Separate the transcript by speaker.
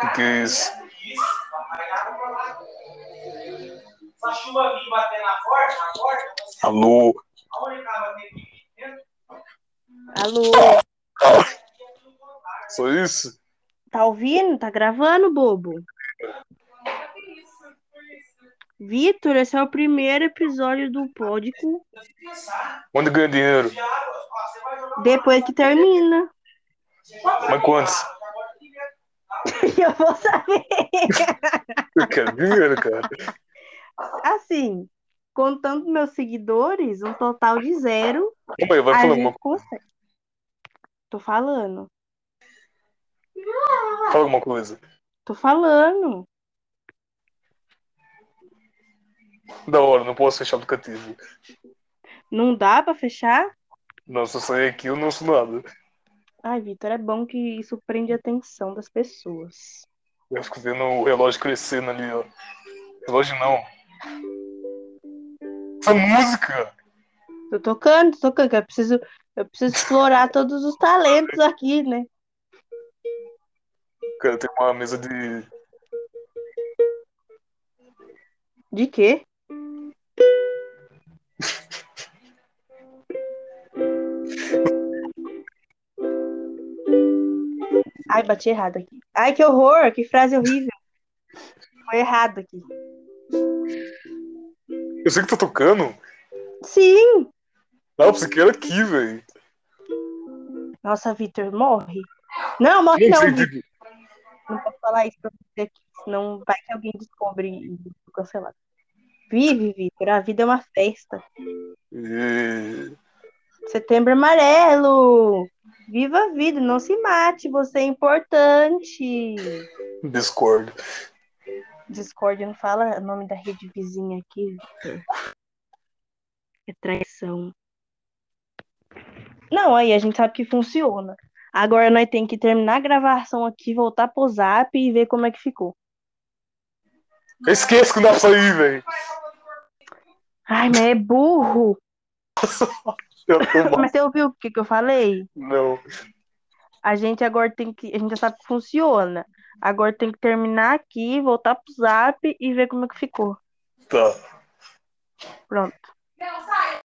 Speaker 1: Because Alô?
Speaker 2: Alô,
Speaker 1: Só isso?
Speaker 2: tá ouvindo? Tá gravando, bobo? Vitor, esse é o primeiro episódio do Pódico
Speaker 1: Quanto ganha dinheiro?
Speaker 2: depois que termina.
Speaker 1: Mas quantos?
Speaker 2: Eu vou saber.
Speaker 1: Eu quero dinheiro, cara.
Speaker 2: Assim, contando meus seguidores, um total de zero.
Speaker 1: Calma aí, vai
Speaker 2: a
Speaker 1: falando.
Speaker 2: gente
Speaker 1: alguma-
Speaker 2: consegue. Tô falando,
Speaker 1: Fala alguma coisa.
Speaker 2: tô falando.
Speaker 1: Da hora, não posso fechar aplicativo.
Speaker 2: Não dá pra fechar?
Speaker 1: Nossa, eu saí aqui, eu não sou nada.
Speaker 2: Ai, Vitor, é bom que isso prende a atenção das pessoas.
Speaker 1: Eu fico vendo o relógio crescendo ali, ó. Relógio não. Essa música!
Speaker 2: Tô tocando, tô tocando, que eu preciso, eu preciso explorar todos os talentos aqui, né?
Speaker 1: Cara, tem uma mesa de.
Speaker 2: De quê? Ai, bati errado aqui. Ai, que horror, que frase horrível. Foi errado aqui.
Speaker 1: Eu sei que tá tocando.
Speaker 2: Sim!
Speaker 1: Ah, eu pensei que era aqui, velho.
Speaker 2: Nossa, Vitor, morre. Não, morre não, Vitor.
Speaker 1: tipo,
Speaker 2: Não posso falar isso pra você aqui, senão vai que alguém descobre e fico cancelado. Vive, Vitor, a vida é uma festa.
Speaker 1: e-
Speaker 2: Setembro amarelo! Viva a vida, não se mate, você é importante.
Speaker 1: Discord.
Speaker 2: Discord não fala o nome da rede vizinha aqui. Vitor. É traição. Não, aí a gente sabe que funciona. Agora nós temos que terminar a gravação aqui, voltar pro zap e ver como é que ficou.
Speaker 1: Eu esqueço que não dá pra sair, velho.
Speaker 2: Ai, mas é burro!
Speaker 1: Eu tô mal.
Speaker 2: Mas você ouviu o que, que eu falei?
Speaker 1: Não.
Speaker 2: A gente agora tem que. A gente já sabe que funciona. Agora tem que terminar aqui, voltar pro zap e ver como é que ficou.
Speaker 1: Tá.
Speaker 2: Pronto.